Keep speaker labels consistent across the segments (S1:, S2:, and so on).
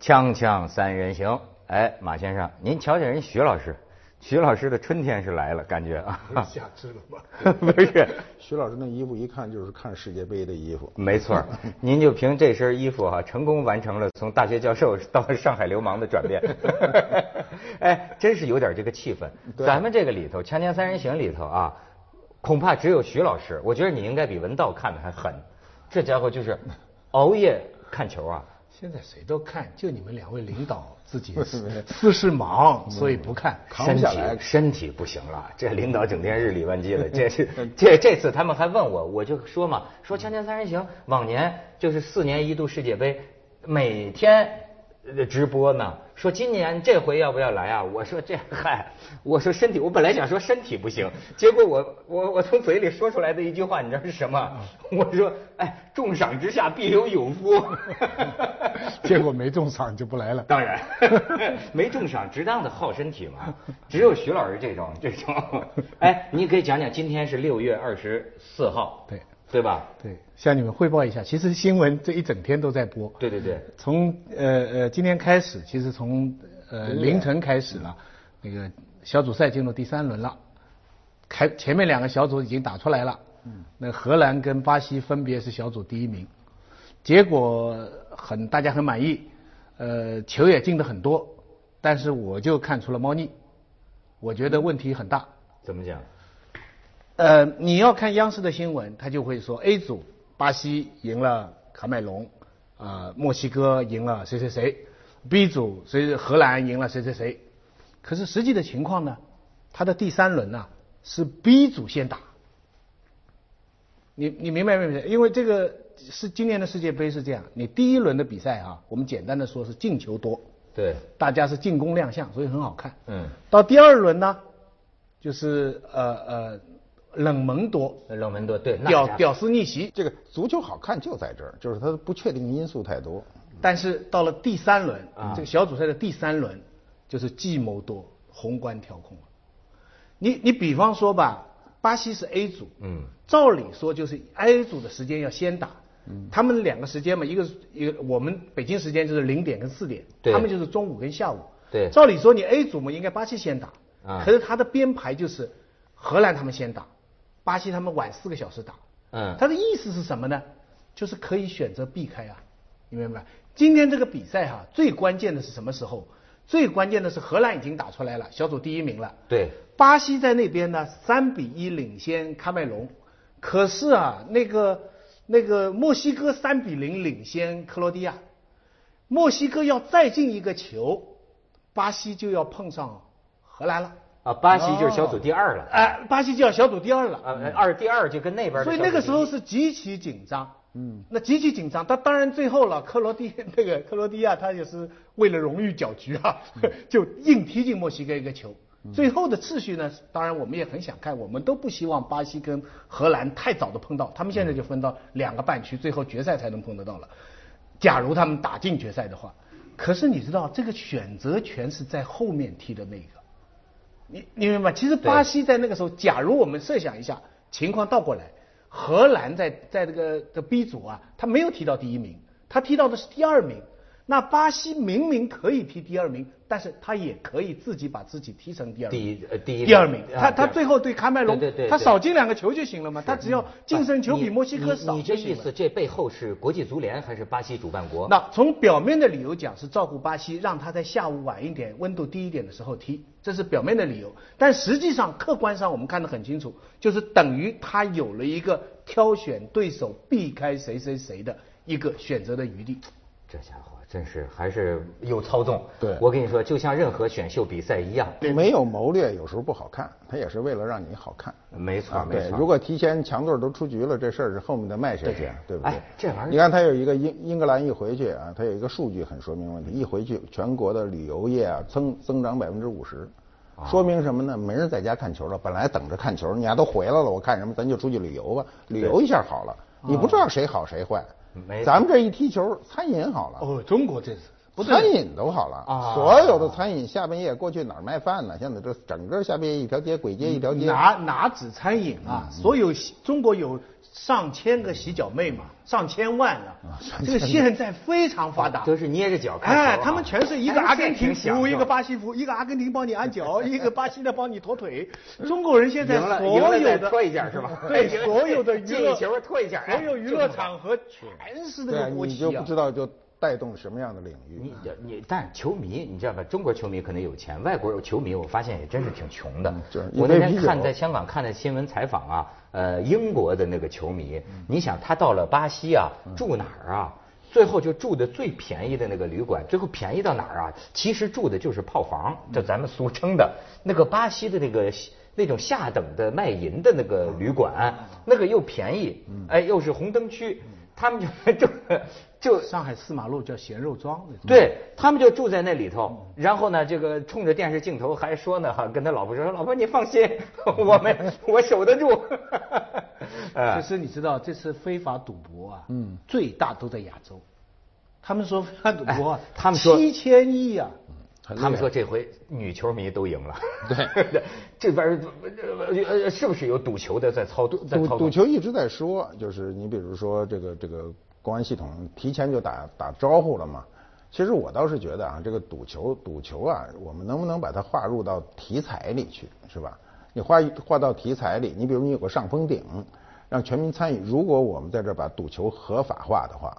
S1: 锵锵三人行，哎，马先生，您瞧瞧人徐老师，徐老师的春天是来了，感觉啊，
S2: 瞎吃了吗？
S1: 不是，
S2: 徐老师那衣服一看就是看世界杯的衣服。
S1: 没错儿，您就凭这身衣服哈、啊成功完成了从大学教授到上海流氓的转变。 哎，真是有点这个气氛。
S2: 对
S1: 咱们这个里头，《锵锵三人行》里头啊，恐怕只有徐老师，我觉得你应该比文道看的还狠。这家伙就是熬夜看球啊。
S3: 现在谁都看，就你们两位领导 自己私事忙，所以不看。
S2: 嗯扛
S1: 身
S2: 不
S1: 体
S2: 下来
S1: 身体不行了，这领导整天日理万 机了。这是
S2: 嗯
S1: 这这次他们还问我，我就说嘛，说《锵锵三人行》往年就是四年一度世界杯，每天呃直播呢。说今年这回要不要来啊？我说这嗨，我说身体，我本来想说身体不行，结果我我我从嘴里说出来的一句话，你知道是什么？
S2: 嗯
S1: 我说哎，重赏之下必有勇夫。
S3: 结果没中场就不来了。
S1: 当然， 没重赏，值当的耗身体 嘛。只有徐老师这种这种。哎，你可以讲讲，今天是六月二十四号，
S3: 对
S1: 对吧？
S3: 对，向你们汇报一下，其实新闻这一整天都在播。
S1: 对对对，
S3: 从呃呃今天开始，其实从呃凌晨开始了，那个小组赛进入第三轮了，开前面两个小组已经打出来了，那荷兰跟巴西分别是小组第一名，结果很大家很满意，呃球也进的很多，但是我就看出了猫腻，我觉得问题很大。
S1: 怎么讲？
S3: 呃，你要看央视的新闻，他就会说 A 组巴西赢了卡麦隆，啊、墨西哥赢了谁谁谁，B 组谁荷兰赢了谁谁谁。可是实际的情况呢，他的第三轮呢、是 B 组先打。你你明白没明白？因为这个是今年的世界杯是这样，你第一轮的比赛啊，我们简单的说是进球多，
S1: 对，
S3: 大家是进攻亮相，所以很好看。
S1: 嗯，
S3: 到第二轮呢，就是呃呃冷门多，
S1: 冷门多，对，那
S3: 屌
S1: 家伙
S3: 屌丝逆袭。
S2: 这个足球好看就在这儿，就是它的不确定因素太多。
S3: 但是到了第三轮，
S1: 啊
S3: 这个小组赛的第三轮，就是计谋多，宏观调控了。你你比方说吧，巴西是 A 组，
S1: 嗯，
S3: 照理说就是 A 组的时间要先打，嗯，他们两个时间嘛，一个是一个我们北京时间就是零点跟四点，
S1: 对
S3: 他们就是中午跟下午，
S1: 对
S3: 照理说你 A 组嘛应该巴西先打，
S1: 啊
S3: 可是他的编排就是荷兰他们先打，巴西他们晚四个小时打，
S1: 嗯
S3: 他的意思是什么呢？就是可以选择避开啊，你明白吧？今天这个比赛哈、最关键的是什么时候？最关键的是荷兰已经打出来了，小组第一名了。
S1: 对，
S3: 巴西在那边呢，三比一领先喀麦隆，可是啊，那个那个墨西哥三比零领先克罗地亚，墨西哥要再进一个球，巴西就要碰上荷兰了，
S1: 啊，巴西就是小组第二了，
S3: 哎、巴西就要小组第二了。
S1: 啊，二第二就跟那边的小组
S3: 所
S1: 第
S3: 以
S1: 一。
S3: 那个时候是极其紧张。嗯，那极其紧张，他当然最后了，克罗地 那个克罗地亚他也是为了荣誉搅局啊，
S1: 嗯
S3: 就硬踢进墨西哥一个球。最后的次序呢，当然我们也很想看，我们都不希望巴西跟荷兰太早的碰到，他们现在就分到两个半区，最后决赛才能碰得到了。假如他们打进决赛的话，可是你知道这个选择权是在后面踢的那个，你你明白吗？其实巴西在那个时候，假如我们设想一下情况倒过来，荷兰在在这个这 B 组啊，他没有踢到第一名，他踢到的是第二名。那巴西明明可以踢第二名，但是他也可以自己把自己踢成第二名。
S1: 第一呃第一
S3: 第二名，
S1: 啊
S3: 他
S1: 第
S3: 他
S1: 二
S3: 最后对喀麦隆，
S1: 对对对
S3: 他
S1: 对
S3: 少进两个球就行了嘛，他只要净胜球比墨西哥少
S1: 啊你你
S3: 就
S1: 这
S3: 行
S1: 意
S3: 了
S1: 思，这背后是国际足联还是巴西主办国？
S3: 那从表面的理由讲，是照顾巴西，让他在下午晚一点、温度低一点的时候踢，这是表面的理由。但实际上，客观上我们看得很清楚，就是等于他有了一个挑选对手、避开谁谁谁的一个选择的余地。
S1: 这家伙真是还是有操纵。
S2: 对
S1: 我跟你说，就像任何选秀比赛一样，
S2: 没有谋略，有时候不好看，它也是为了让你好看。
S1: 没错
S2: 啊
S1: 没
S2: 对，
S1: 错
S2: 如果提前强队都出局了，这事儿是后面的卖谁去啊，
S1: 对
S2: 对不对？
S1: 哎这玩意儿
S2: 你看他有一个英英格兰一回去啊，他有一个数据很说明问题，一回去全国的旅游业啊增增长百分之五十。
S1: 哦
S2: 说明什么呢？没人在家看球了，本来等着看球，你家都回来了，我看什么？咱就出去旅游吧，旅游一下好了。你不知道谁好谁坏
S1: 哦嗯没，错
S2: 咱们这一踢球，餐饮好了，
S3: 哦，中国这是不
S2: 餐
S3: 对，
S2: 饮都好了，
S1: 啊
S2: 所有的餐饮下半夜过去哪儿卖饭呢？现在这整个下半夜一条街，鬼街一条街，
S3: 哪哪止餐饮啊？所有洗中国有上千个洗脚妹嘛，上千万啊，这个现在非常发达。
S1: 都是捏着脚看球啊。
S3: 哎，他们全是一个
S1: 哎
S3: 阿根廷
S1: 这挺享
S3: 服务，
S1: 受
S3: 一个巴西服务，一个阿根廷帮你 按脚，一个巴西的帮你拖腿。中国人现在
S1: 赢了
S3: 所有
S1: 赢了再
S3: 的
S1: 拖一下是吧
S2: 哎
S3: 对，
S1: 赢了
S3: 所有的娱
S1: 进
S3: 乐
S1: 一球拖一下哎
S3: 所有娱乐场合全是那
S2: 对啊，
S3: 个国
S2: 你
S3: 旗
S2: 就
S3: 啊
S2: 不知道就带动什么样的领域啊
S1: 你。你，但球迷你知道吧？中国球迷可能有钱，外国有球迷我发现也真是挺穷的
S2: 嗯就是。
S1: 我那
S2: 一杯
S1: 天
S2: 啤酒
S1: 看在香港看的新闻采访啊，呃，英国的那个球迷，
S2: 嗯
S1: 你想他到了巴西啊，住哪儿啊？最后就住的最便宜的那个旅馆，最后便宜到哪儿啊？其实住的就是炮房，
S2: 嗯
S1: 就咱们俗称的那个巴西的那个那种下等的卖淫的那个
S2: 嗯
S1: 旅馆，那个又便宜，哎，又是红灯区，
S2: 嗯
S1: 他们就就 就
S3: 上海四马路叫咸肉庄
S2: 嗯
S3: 那种。
S1: 对他们就住在那里头，然后呢，这个冲着电视镜头还说呢，哈，跟他老婆说：“老婆，你放心，我 们我守得住。”
S3: 其
S2: 哎嗯
S1: 呃，
S3: 实你知道，这次非法赌博啊，嗯，最大都在亚洲。他们说非法赌博啊
S1: 哎，他们说
S3: 七千亿啊，
S2: 很厉
S1: 呃
S2: 害
S1: 他们说这回女球迷都赢了，对， 这边儿呃呃是不是有赌球的在操作？在
S2: 赌
S1: 操
S2: 赌
S1: 作？
S2: 球一直在说，就是你比如说这个这个公安系统提前就打打招呼了嘛。其实我倒是觉得啊，这个赌球赌球啊，我们能不能把它划入到题材里去，是吧？你划划到题材里，你比如你有个上封顶，让全民参与。如果我们在这儿把赌球合法化的话，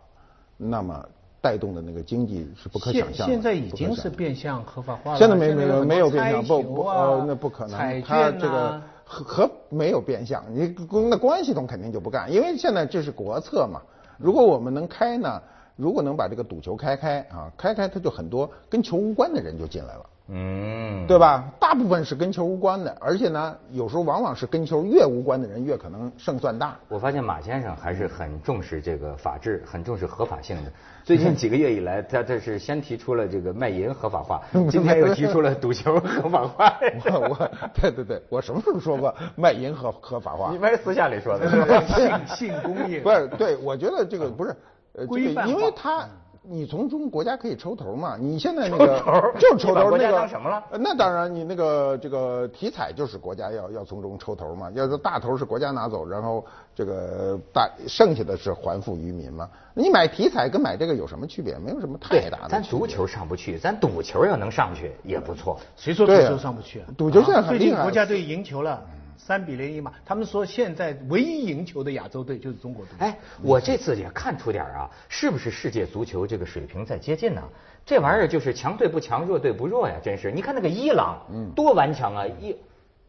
S2: 那么带动的那个经济是不可想象的。啊
S3: 现现在已
S2: 不可想
S3: 经
S2: 象
S3: 是变相合法化了。
S2: 现在没没
S3: 很
S2: 有
S3: 多
S2: 没有变
S3: 猜
S2: 相，不
S3: 球
S2: 不
S3: 啊
S2: 呃，那不可
S3: 彩
S2: 能。他
S3: 券啊
S2: 这个
S3: 呐，
S2: 和和没有变相，你公那公安系统肯定就不干，因为现在这是国策嘛。
S3: 嗯
S2: 如果我们能开呢，如果能把这个赌球开开啊，开开它就很多跟球无关的人就进来了，
S1: 嗯，
S2: 对吧？大部分是跟球无关的，而且呢，有时候往往是跟球越无关的人越可能胜算大。
S1: 我发现马先生还是很重视这个法治，很重视合法性 的。最近几个月以来，他这是先提出了这个卖淫合法 化，今天又提出了赌球合法化。
S2: 我我 对对对，我什么时候说过卖淫合合法化
S1: 你？们是私下里说的。
S3: 性性工业
S2: 不是，对我觉得这个不是，呃，
S3: 规
S2: 这
S3: 范
S2: 个
S3: 化
S2: 因为他。你从中国家可以抽头嘛？你现在那个
S1: 嗯抽头
S2: 就是抽
S1: 你把
S2: 头
S1: 国
S2: 那
S1: 家
S2: 个
S1: 当什么了
S2: 呃那当然，你那个这个题材就是国家要要从中抽头嘛，要是大头是国家拿走，然后这个大剩下的是还富于民嘛。你买题材跟买这个有什么区别？没有什么
S1: 对，
S2: 太大的区别。
S1: 咱足球上不去，咱赌球要能上去也不错。
S3: 谁说赌
S2: 对啊
S3: 球上不去啊？
S2: 赌球现在
S3: 啊
S2: 很
S3: 最
S2: 厉
S3: 近
S2: 害
S3: 国家队赢球了，三比零一嘛。他们说现在唯一赢球的亚洲队就是中国队。
S1: 哎，我这次也看出点儿啊，是不是世界足球这个水平在接近呢？这玩意儿就是强队不强，弱队不弱呀，真是。你看那个伊朗，
S2: 嗯
S1: 多顽强啊！伊，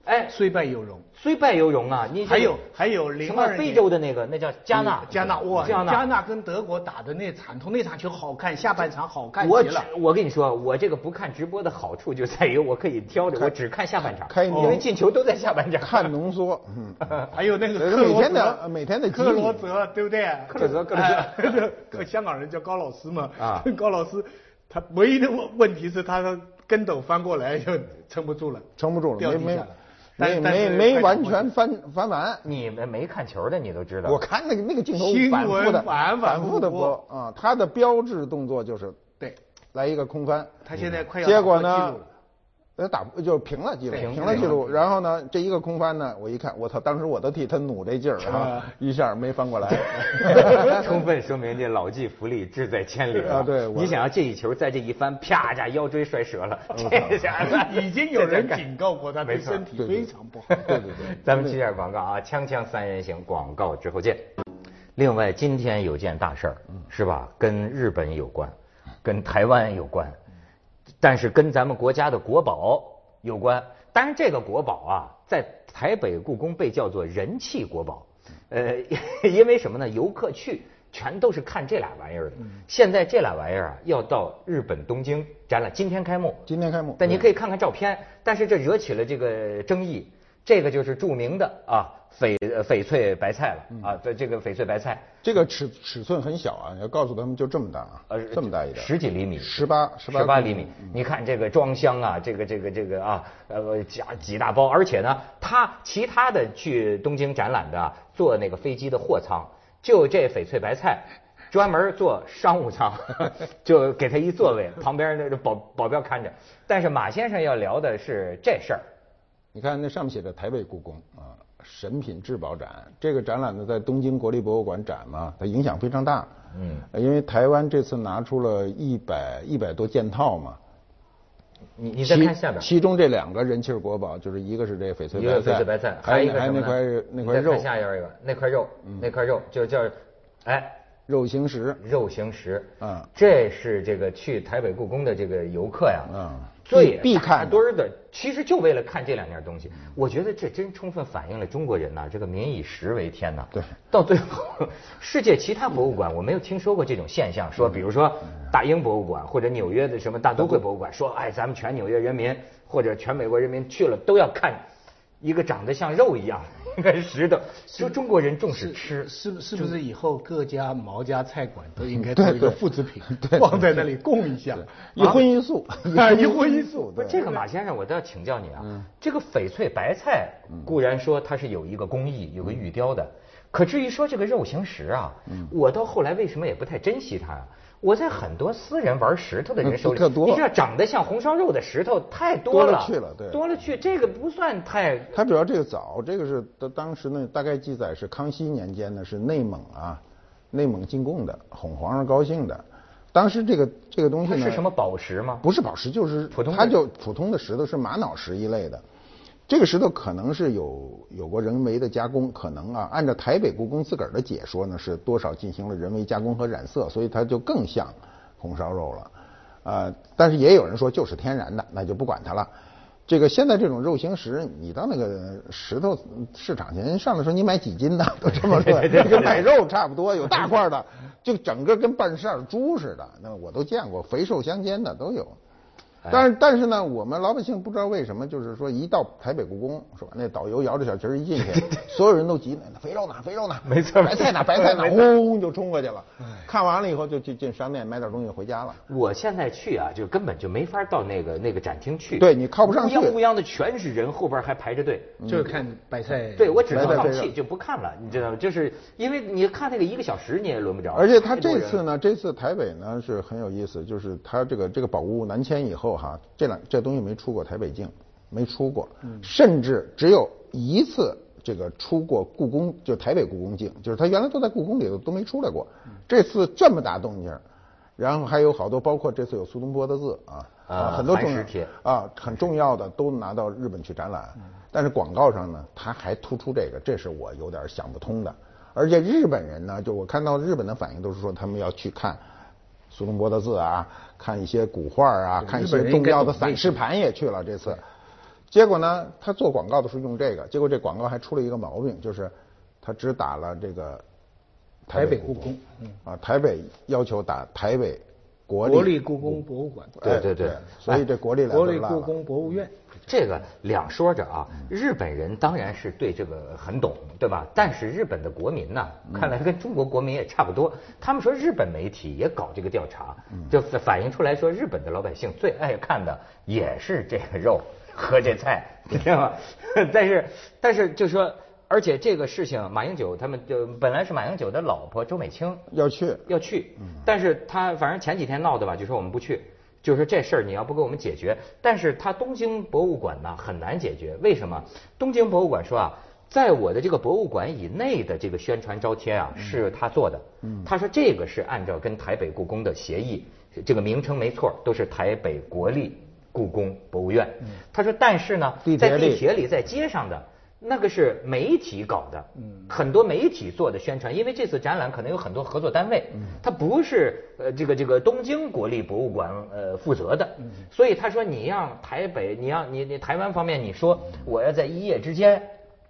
S1: 哎，
S3: 虽败犹荣。
S1: 虽败犹荣啊！你
S3: 还有还有
S1: 什
S3: 零
S1: 么
S3: 二嗯
S1: 非洲的那个，那叫加纳，嗯
S3: 加纳哇，
S1: 加纳，
S3: 加纳跟德国打的那惨痛，那场球好看，下半场好看
S1: 我
S3: 极
S1: 只
S3: 了。
S1: 我跟你说，我这个不看直播的好处就在于我可以挑着，我只看下半场，
S2: 开
S1: 因为进球都在下半场。
S2: 看浓缩，嗯，
S3: 还有那个
S2: 呃
S3: 克罗
S2: 每天的
S3: 泽
S2: 每天的激
S3: 克
S2: 励
S3: 罗泽，对不对？
S1: 克罗泽克罗
S3: 泽，可香港人叫高老师嘛。
S1: 啊，
S3: 高老师，他唯一的问问题是他的跟斗翻过来就撑不住了，
S2: 撑不住了，
S3: 掉
S2: 没
S3: 地
S2: 没
S3: 下了。但
S2: 没
S3: 但
S2: 没
S3: 是
S2: 没完
S3: 快
S2: 全翻翻完。
S1: 你们没看球的，你都知道。
S2: 我看那个那个镜头
S3: 新闻
S2: 反复的
S3: 反
S2: 反复的
S3: 复播
S2: 播啊，他的标志动作就是
S3: 对，
S2: 来一个空翻，
S3: 他现在快要
S2: 结果
S3: 打破纪
S2: 呢
S3: 录了，
S2: 呃打就平了记录，
S1: 对
S2: 平
S1: 平
S2: 了
S1: 了
S2: 记录，然后呢这一个空翻呢，我一看我操，当时我都替他努这劲儿啊，一下没翻过来，
S1: 充分说明这老骥伏枥，志在千里
S2: 啊对我
S1: 你想要这一球在这一翻，啪一下腰椎摔折了，
S2: 嗯
S1: 这下子
S3: 已经有人警告过他，
S1: 没
S3: 对
S1: 错
S3: 身体
S2: 对对
S3: 非常不好。
S2: 对对对，
S1: 咱们去点广告啊，锵锵三人行广告之后见。另外，今天有件大事儿，
S2: 嗯
S1: 是吧？跟日本有关，跟台湾有关，但是跟咱们国家的国宝有关。当然，这个国宝啊，在台北故宫被叫做人气国宝。 呃，
S2: 嗯
S1: 因为什么呢？游客去全都是看这俩玩意儿的。
S2: 嗯
S1: 现在这俩玩意儿啊，要到日本东京展览，今天开幕。
S2: 今天开幕，
S1: 但你可
S2: 以
S1: 以看看照片，但是这惹起了这个争议。这个就是著名的啊翡呃翡翠白菜了啊，这这个翡翠白菜
S2: 这个尺尺寸很小啊，要告诉他们就这么大啊
S1: 呃，
S2: 这么大一点，
S1: 十几厘米，
S2: 十八
S1: 十
S2: 十
S1: 八
S2: 八
S1: 厘米。你看这个装箱啊，这个这个这个啊，呃几几大包，而且呢，它其他的去东京展览的啊坐那个飞机的货舱，就这翡翠白菜专门坐商务舱， 就给他一座位，旁边那个保保镖看着。但是马先生要聊的是这事儿。
S2: 你看那上面写着台北故宫啊，神品至宝展。这个展览呢，在东京国立博物馆展嘛，它影响非常大。
S1: 嗯
S2: 呃，因为台湾这次拿出了一百一百多件套嘛。
S1: 你你再看下边，
S2: 其其中这两个人气儿国宝，就是一个是这翡翠
S1: 一
S2: 白
S1: 个
S2: 菜，
S1: 翡翠白菜，
S2: 还
S1: 有一个什
S2: 还有
S1: 么
S2: 那
S1: 呢
S2: 块那
S1: 你
S2: 块
S1: 再
S2: 肉嗯
S1: 看下边一个那块肉，那块肉就叫哎
S2: 肉形石。
S1: 肉形石。
S2: 嗯
S1: 这是这个去台北故宫的这个游客呀，
S2: 嗯
S1: 最
S2: 必必
S1: 大
S2: 看的
S1: 堆儿的，其实就为了看这两样东西。
S2: 嗯
S1: 我觉得这真充分反映了中国人呐、这个民以食为天呐、
S2: 对
S1: 到最后，世界其他博物馆我没有听说过这种现象，
S2: 嗯
S1: 说比如说大英博物馆或者纽约的什么大都会博物馆，说哎，咱们全纽约人民或者全美国人民去了都要看一个长得像肉一样的一个石头，说中国人重视吃。
S3: 是不是不是以后各家毛家菜馆都应该做一个复制品，放在那里供一下，
S2: 一荤一素
S3: 啊，一荤一素，
S1: 不，这个马先生，我倒要请教你啊。
S2: 嗯
S1: 这个翡翠白菜固然说它是有一个工艺，有个玉雕的，
S2: 嗯
S1: 可至于说这个肉形石啊，我到后来为什么也不太珍惜它啊？我在很多私人玩石头的人手里，
S2: 嗯特多
S1: 你知道长得像红烧肉的石头太多
S2: 多
S1: 了
S2: 了去了对
S1: 多了去，这个不算太
S2: 它主要这个早，这个是当当时呢，大概记载是康熙年间呢，是内蒙啊，内蒙进贡的，哄皇上高兴的。当时这个这个东西
S1: 它
S2: 呢，
S1: 是什么宝石吗？
S2: 不是宝石，就是
S1: 普通的
S2: 它就普通的石头是玛瑙石一类的。这个石头可能是有有过人为的加工，可能啊，按照台北故宫自个儿的解说呢，是多少进行了人为加工和染色，所以它就更像红烧肉了。呃，但是也有人说就是天然的，那就不管它了。这个现在这种肉形石，你到那个石头市场去，人上来说你买几斤的，都这么论，跟买肉差不多，有大块的，就整个跟半扇猪似的，那我都见过，肥瘦相间的都有。
S1: 哎
S2: 但是但是呢，我们老百姓不知道为什么，就是说一到台北故宫是吧？那导游摇着小旗儿一进 去，所有人都急呢，肥肉呢？肥肉呢？
S1: 没错哎
S2: 白菜呢？白菜呢？轰就冲过去了。看完了以后就去进商店买点东西回家了。
S1: 我现在去啊，就根本就没法到那个那个展厅去。
S2: 对你靠不上去
S1: 乌泱乌泱的全是人，后边还排着队。
S3: 就是看白菜。
S1: 对，我只能
S2: 白菜
S1: 放
S2: 非常
S1: 弃，就不看了，你知道吗？就是因为你看那个一个小时，你也轮不着。
S2: 而且他
S1: 太多
S2: 这
S1: 人
S2: 次呢，这次台北呢是很有意思，就是他这个这个宝物南迁以后哈，这两这东西没出过台北境，没出过，
S1: 嗯
S2: 甚至只有一次这个出过故宫，就台北故宫境，就是他原来都在故宫里头都没出来过，
S1: 嗯
S2: 这次这么大动静儿，然后还有好多，包括这次有苏东坡的字啊，
S1: 啊
S2: 很多重
S1: 寒食帖
S2: 要啊很重要的都拿到日本去展览，
S3: 嗯
S2: 但是广告上呢，他还突出这个，这是我有点想不通的。而且日本人呢，就我看到日本的反应都是说他们要去看苏东坡的字啊，看一些古画啊，看一
S3: 日本
S2: 些
S3: 人应
S2: 重
S3: 该
S2: 要的
S3: 懂这
S2: 散
S3: 些
S2: 石盘也去了这次。结果呢，他做广告的时候用这个，结果这广告还出了一个毛病，就是他只打了这个
S3: 台北
S2: 故
S3: 故宫嗯
S2: 啊，台北要求打台北国
S3: 国立故宫博物馆，
S1: 对
S2: 哎
S1: 对对
S2: 所以这国立两
S3: 国
S2: 字
S3: 立
S2: 烂
S3: 故
S2: 了
S3: 宫博物院。
S1: 这个两说着啊，日本人当然是对这个很懂，对吧？但是日本的国民呢，看来跟中国国民也差不多。他们说日本媒体也搞这个调查，就反反映出来说，日本的老百姓最爱看的也是这个肉和这菜，你知道吗？ 但是但是就说，而且这个事情，马英九他们就本来是马英九的老婆周美青，
S2: 要去，
S1: 要去，但是他反正前几天闹的吧，就说我们不去，就说这事儿你要不给我们解决，但是他东京博物馆呢很难解决，为什么？东京博物馆说啊，在我的这个博物馆以内的这个宣传招贴啊是他做的，他说这个是按照跟台北故宫的协议，这个名称没错，都是台北国立故宫博物院。他说，但是呢
S2: 地，铁
S1: 在地
S2: 里
S1: 铁里，在街上的。那个是媒体搞的，
S2: 嗯
S1: 很多媒体做的宣传，因为这次展览可能有很多合作单位，
S2: 嗯
S1: 它不是呃这个这个东京国立博物馆呃负责的，
S2: 嗯
S1: 所以他说你让台北，你让你你台湾方面你说我要在一夜之间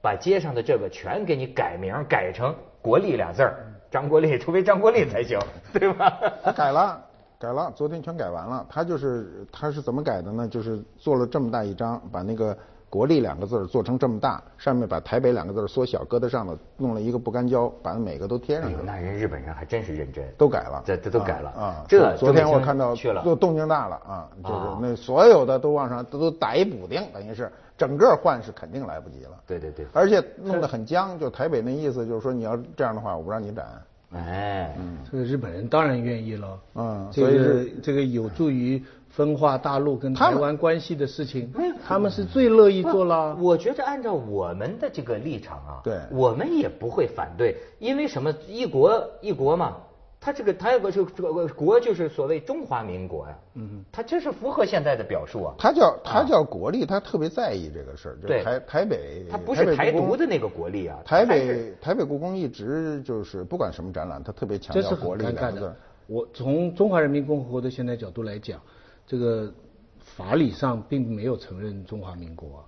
S1: 把街上的这个全给你改名改成国立俩字儿，
S2: 嗯
S1: 张国立，除非张国立才行，对吧？
S2: 他 改了，改了，昨天全改完了。他就是他是怎么改的呢？就是做了这么大一张，把那个“国立”两个字儿做成这么大，上面把“台北”两个字儿缩小，搁得上了，弄了一个不干胶，把每个都贴
S1: 哎
S2: 上
S1: 呦
S2: 去，，
S1: 那人日本人还真是认真，
S2: 都改了，
S1: 这这都改了
S2: 啊啊。
S1: 这
S2: 昨天
S1: 周
S2: 我
S1: 明星
S2: 看到
S1: 去了
S2: 动动静大了啊，就是
S1: 啊
S2: 那所有的都往上都都打一补丁，等于是整个换是肯定来不及了。
S1: 对对对
S2: 而且弄得很僵，就台北那意思就是说你要这样的话，我不让你展。
S1: 哎，
S3: 这个日本人当然愿意了，
S2: 嗯
S3: 这
S2: 所以
S3: 个
S2: 是
S3: 这个有助于分化大陆跟
S2: 他
S3: 台
S2: 们
S3: 湾关系的事情，他们是最乐意做了。
S1: 我觉着按照我们的这个立场啊，
S2: 对
S1: 我们也不会反对，因为什么？一国一国嘛，它这个它有个这个这个国就是所谓中华民国呀、嗯，它这是符合现在的表述啊，
S2: 他叫他叫国力，他特别在意这个事儿，就
S1: 对
S2: 台台北，
S1: 它不
S2: 台
S1: 是
S2: 北
S1: 台
S2: 故宫
S1: 独的那个国力啊，
S2: 台
S1: 它还是
S2: 北台北故宫一直就是不管什么展览，他特别强
S3: 这是
S2: 调
S3: 很
S2: 国力
S3: 尴尬
S2: 两个字
S3: 的。。我从中华人民共和国的现在角度来讲，这个法理上并没有承认中华民国啊、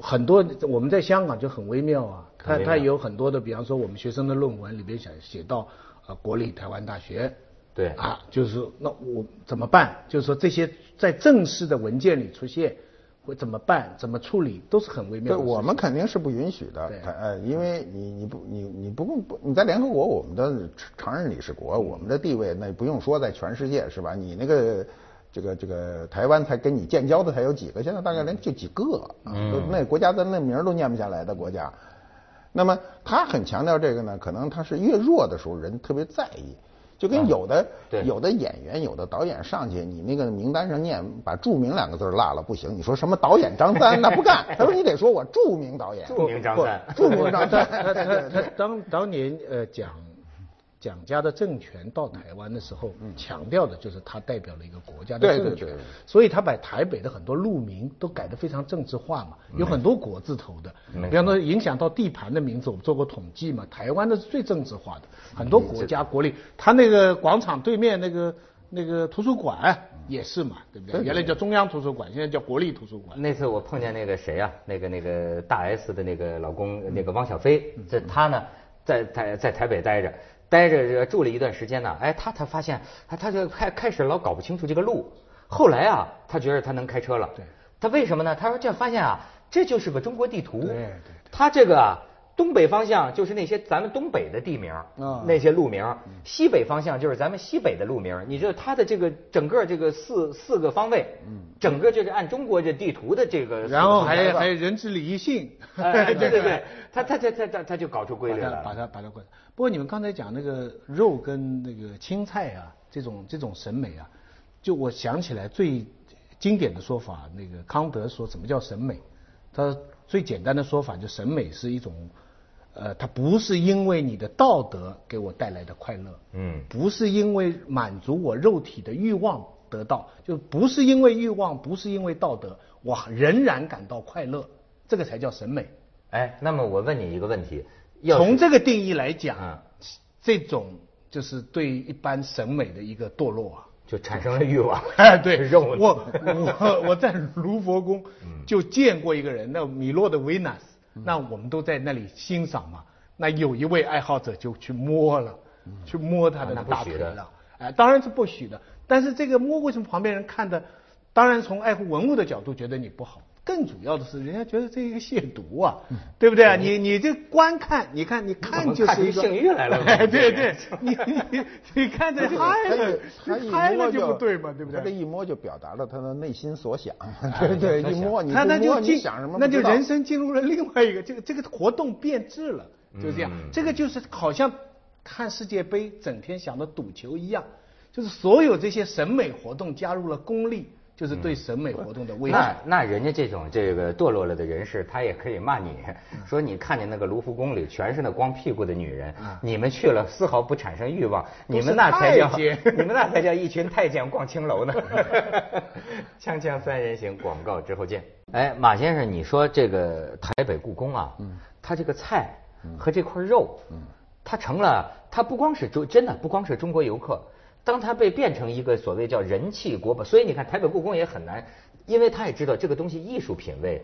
S3: 很多我们在香港就很微妙啊，它
S1: 很微妙
S3: 它有很多的，比方说我们学生的论文里边想写到啊国立台湾大学，
S1: 对
S3: 啊，就是说那我怎么办？就是说这些在正式的文件里出现，会怎么办？怎么处理都是很微妙
S2: 对，
S3: 的事情。
S2: 我们肯定是不允许的
S3: 对，
S2: 台呃，因为你你不你你不不你在联合国，我们的常任理事国，我们的地位那不用说，在全世界是吧？你那个这个这个台湾才跟你建交的才有几个，现在大概
S3: 嗯
S2: 连就几个，啊都那国家咱那名儿都念不下来的国家。那么他很强调这个呢，可能他是越弱的时候人特别在意，就跟有的、
S1: 对
S2: 有的演员、有的导演上去，你那个名单上念把著名两个字儿落了不行，你说什么导演张三那不干，他说你得说我著名导演，
S1: 著名张三
S2: 不著名张三，
S3: 他他他当当年呃蒋蒋家的政权到台湾的时候，强调的就是他代表了一个国家的
S2: 对对
S3: 政权
S2: 对对，
S3: 所以他把台北的很多路名都改得非常政治化嘛，有很多国字头的，比方说影响到地盘的名字，我们做过统计嘛，台湾的是最政治化的，很多国家国力，他那个广场对面那个那个图书馆也是嘛，对不对？原来叫中央图书馆，现在叫国立图书馆。
S1: 那次我碰见那个谁啊，那个那个大 S 的那个老公，那个汪小菲，
S3: 嗯
S1: 这他呢在在在台北待着，待着呃住了一段时间呢，哎，他才发现，他他就开开始老搞不清楚这个路，后来啊，他觉得他能开车了，
S3: 对，
S1: 他为什么呢？他说这发现啊，这就是个中国地图，
S3: 对对对
S1: 他这个啊。东北方向就是那些咱们东北的地名，
S2: 啊
S1: 那些路名；
S3: 嗯
S1: 西北方向就是咱们西北的路名。你知道它的这个整个这个四四个方位，整个就是按中国这地图的这个，
S3: 嗯然后还还仁至礼信，
S1: 哎，对对对，他他他他他他就搞出规律
S3: 把它把
S1: 了。
S3: 它把它关。不过你们刚才讲那个肉跟那个青菜啊，这种这种审美啊，就我想起来最经典的说法，那个康德说什么叫审美？他最简单的说法就审美是一种，呃，它不是因为你的道德给我带来的快乐，
S1: 嗯
S3: 不是因为满足我肉体的欲望得到，就不是因为欲望，不是因为道德，我仍然感到快乐，这个才叫审美。
S1: 哎，那么我问你一个问题，要是
S3: 从这个定义来讲，
S1: 嗯
S3: 这种就是对一般审美的一个堕落啊。，
S1: 就产生了欲望
S3: 哎，对，
S1: 肉呢
S3: 我我我在卢浮宫就见过一个人，那米洛的维纳斯，那我们都在那里欣赏嘛。那有一位爱好者就去摸了，去摸他
S1: 啊
S3: 的
S1: 那不
S3: 大
S1: 许
S3: 腿
S1: 的
S3: 了，哎，当然是不许的。但是这个摸过去，旁边人看的，当然从爱护文物的角度觉得你不好，更主要的是人家觉得这一个亵渎啊，对不对啊？你你这观看，你看你看就
S1: 看
S3: 是
S1: 出
S3: 一个
S1: 性欲来了
S3: 哎，对对，你你你看这嗨了
S2: 他一，
S3: 嗨
S2: 摸
S3: 了就不对嘛，对不
S2: 他这
S3: 对？
S2: 一摸就表达了他的内心所想，对对，一摸你
S3: 他
S2: 不
S3: 那就
S2: 摸
S3: 进
S2: 你想什么，
S3: 那就人。生进入了另外一个，这个这个活动变质了，就这样。
S2: 嗯
S3: 这个就是好像看世界杯整天想着赌球一样，就是所有这些审美活动加入了功利，就是对审美活动的危
S1: 那
S2: 嗯
S3: 害。
S1: 那人家这种这个堕落了的人士，他也可以骂你，
S3: 嗯
S1: 说你看见那个卢浮宫里全是那光屁股的女人，你们去了丝毫不产生欲望，你们那才叫
S3: 嗯太监
S1: 你们那才叫一群太监逛青楼 呢。锵锵三人行，广告之后见。哎，马先生，你说这个台北故宫啊，
S3: 嗯
S1: 它这个菜和这块肉，它成了，它不光是中，真的不光是中国游客，当它被变成一个所谓叫人气国宝，所以你看台北故宫也很难，因为他也知道这个东西艺术品位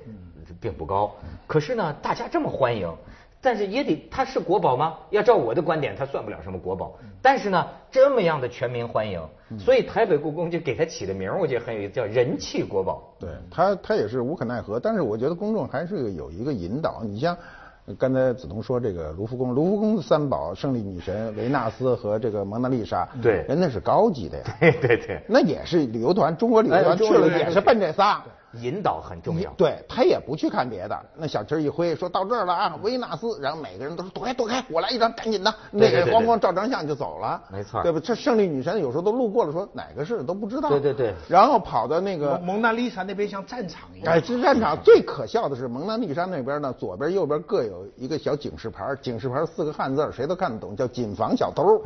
S1: 并不高，可是呢，大家这么欢迎。但是也得，它是国宝吗？要照我的观点，它算不了什么国宝。但是呢，这么样的全民欢迎，所以台北故宫就给它起的名儿，我觉得很有意思，叫人气国宝。
S2: 对他，他也是无可奈何。但是我觉得公众还是有一个引导。你像呃刚才子彤说这个卢浮宫，卢浮宫的三宝——胜利女神、维纳斯和这个蒙娜丽莎，
S1: 对
S2: 人那是高级的呀。
S1: 对对对，
S2: 那也是旅游团，中国旅游
S1: 哎
S2: 团去
S1: 中国
S2: 了
S1: 旅游团
S2: 也是奔这仨，
S1: 引导很重要。
S2: 对他也不去看别的，那小旗一挥，说到这儿了啊，维纳斯，然后每个人都说躲开躲开，我来一张，赶紧的，
S1: 嗯
S2: 那
S1: 对对
S2: 个
S1: 对
S2: 咣
S1: 对
S2: 咣照张相就走了，
S1: 没错
S2: 对吧？这胜利女神有时候都路过了，说哪个是都不知道，
S1: 对对嗯对
S2: 然后跑到那个
S3: 蒙蒙娜丽莎那边像战场 一样
S2: 哎，，这战场最可笑的是蒙娜丽莎那边呢，左边右边各有一个小警示牌，警示牌四个汉字儿谁都看得懂，叫“谨防小偷”，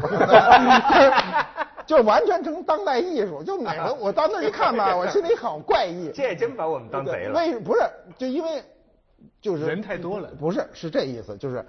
S2: 就完全成当代艺术。就哪个我到那儿一看吧，我心里好怪异。
S1: 这真把我们当贼了。
S2: 为不是就因为就是
S3: 人太多了
S2: 不是是这意思，就是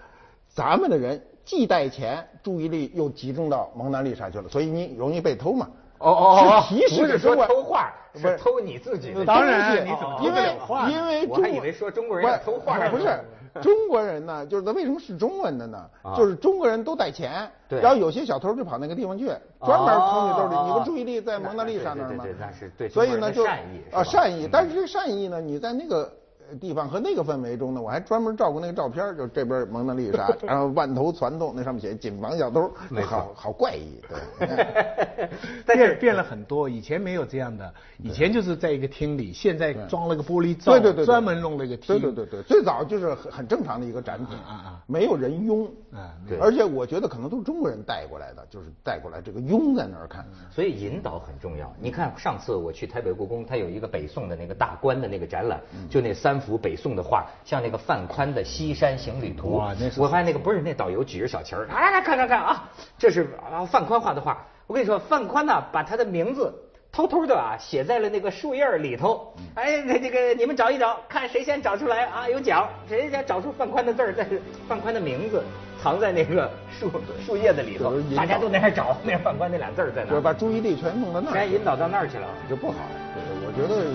S2: 咱们的人既带钱，注意力又集中到蒙娜丽莎去了，所以你容易被偷嘛。
S1: 哦哦哦，
S2: 是提示
S1: 不是说
S2: 中国
S1: 偷画，
S2: 不
S1: 是
S2: 是
S1: 偷你自己的。
S3: 当然你
S2: 东西
S3: 怎么
S2: 哦因
S3: 偷得
S2: 为
S3: 了画呢
S2: 因为
S1: 我
S2: 中
S1: 还以
S2: 国
S1: 为说中国人要偷画呢啊
S2: 不是 不是中国人呢，就是他为什么是中文的呢？就是中国人都带钱，
S1: 对
S2: 然后有些小偷就跑那个地方去，专门偷你兜里。你不注意力在蒙娜丽莎那儿吗？
S1: 对对对对那是对
S2: 所以
S1: 中国
S2: 呢
S1: 人的
S2: 就
S1: 善意是吧
S2: 啊善意
S1: 嗯，
S2: 但是这善意呢，你在那个。呃地方和那个氛围中呢，我还专门照顾那个照片儿，就这边蒙娜 丽莎，然后万头攒动，那上面写“谨防小偷”，
S1: 没错
S2: 好好怪异。对，
S1: 但
S3: 变
S1: 是
S3: 变了很多，以前没有这样的，以前就是在一个厅里，现在装了个玻璃罩，
S2: 对对对，对
S3: 专门弄了一个厅，
S2: 对对对对，最早就是很很正常的一个展品
S3: 啊啊啊
S2: 没有人拥
S3: 啊
S1: 对
S2: 而且我觉得可能都是中国人带过来的，就是带过来这个拥在那儿看，
S1: 所以引导很重要。你看上次我去台北故宫，它有一个北宋的那个大观的那个展览，
S2: 嗯
S1: 就那三幅北宋的画，像那个范宽的《西山行旅图》。
S3: 哇那是
S1: 我发现那个不是那导游举着小旗儿，来来来看看看啊，这是啊范宽画的画。我跟你说，范宽呢、把他的名字。偷偷的啊，写在了那个树叶儿里
S2: 哦
S1: 头。哎，那这个你们找一找，看谁先找出来啊，有奖。谁先找出范宽的字儿，但是范宽的名字藏在那个树树叶子里头
S2: 就是引，导
S1: 大家都在那儿找那范宽那俩字儿在哪儿？
S2: 就是把注意力全弄到那
S1: 现
S2: 儿
S3: 哎
S1: 在
S2: 去，
S1: 引导到那儿去了。
S2: 就不好。对，我觉得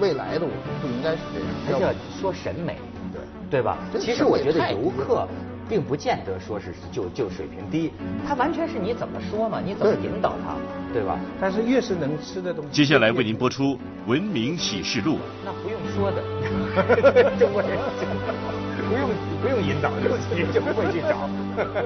S2: 未来的我们不应该是这
S1: 而
S2: 样，要不
S1: 且说审美，
S2: 对
S1: 对吧？
S2: 这
S1: 其实
S2: 审美
S1: 我觉得
S2: 太低
S1: 游客
S2: 了
S1: 并不见得说是就就水平低，他完全是你怎么说嘛，你怎么
S2: 对
S1: 引导他，对吧？
S3: 但是越是能吃的东西，
S4: 接下来 为您播出《文明启示录》。
S1: 那不用说 的， 中国人不用不用引导，就你就会去找。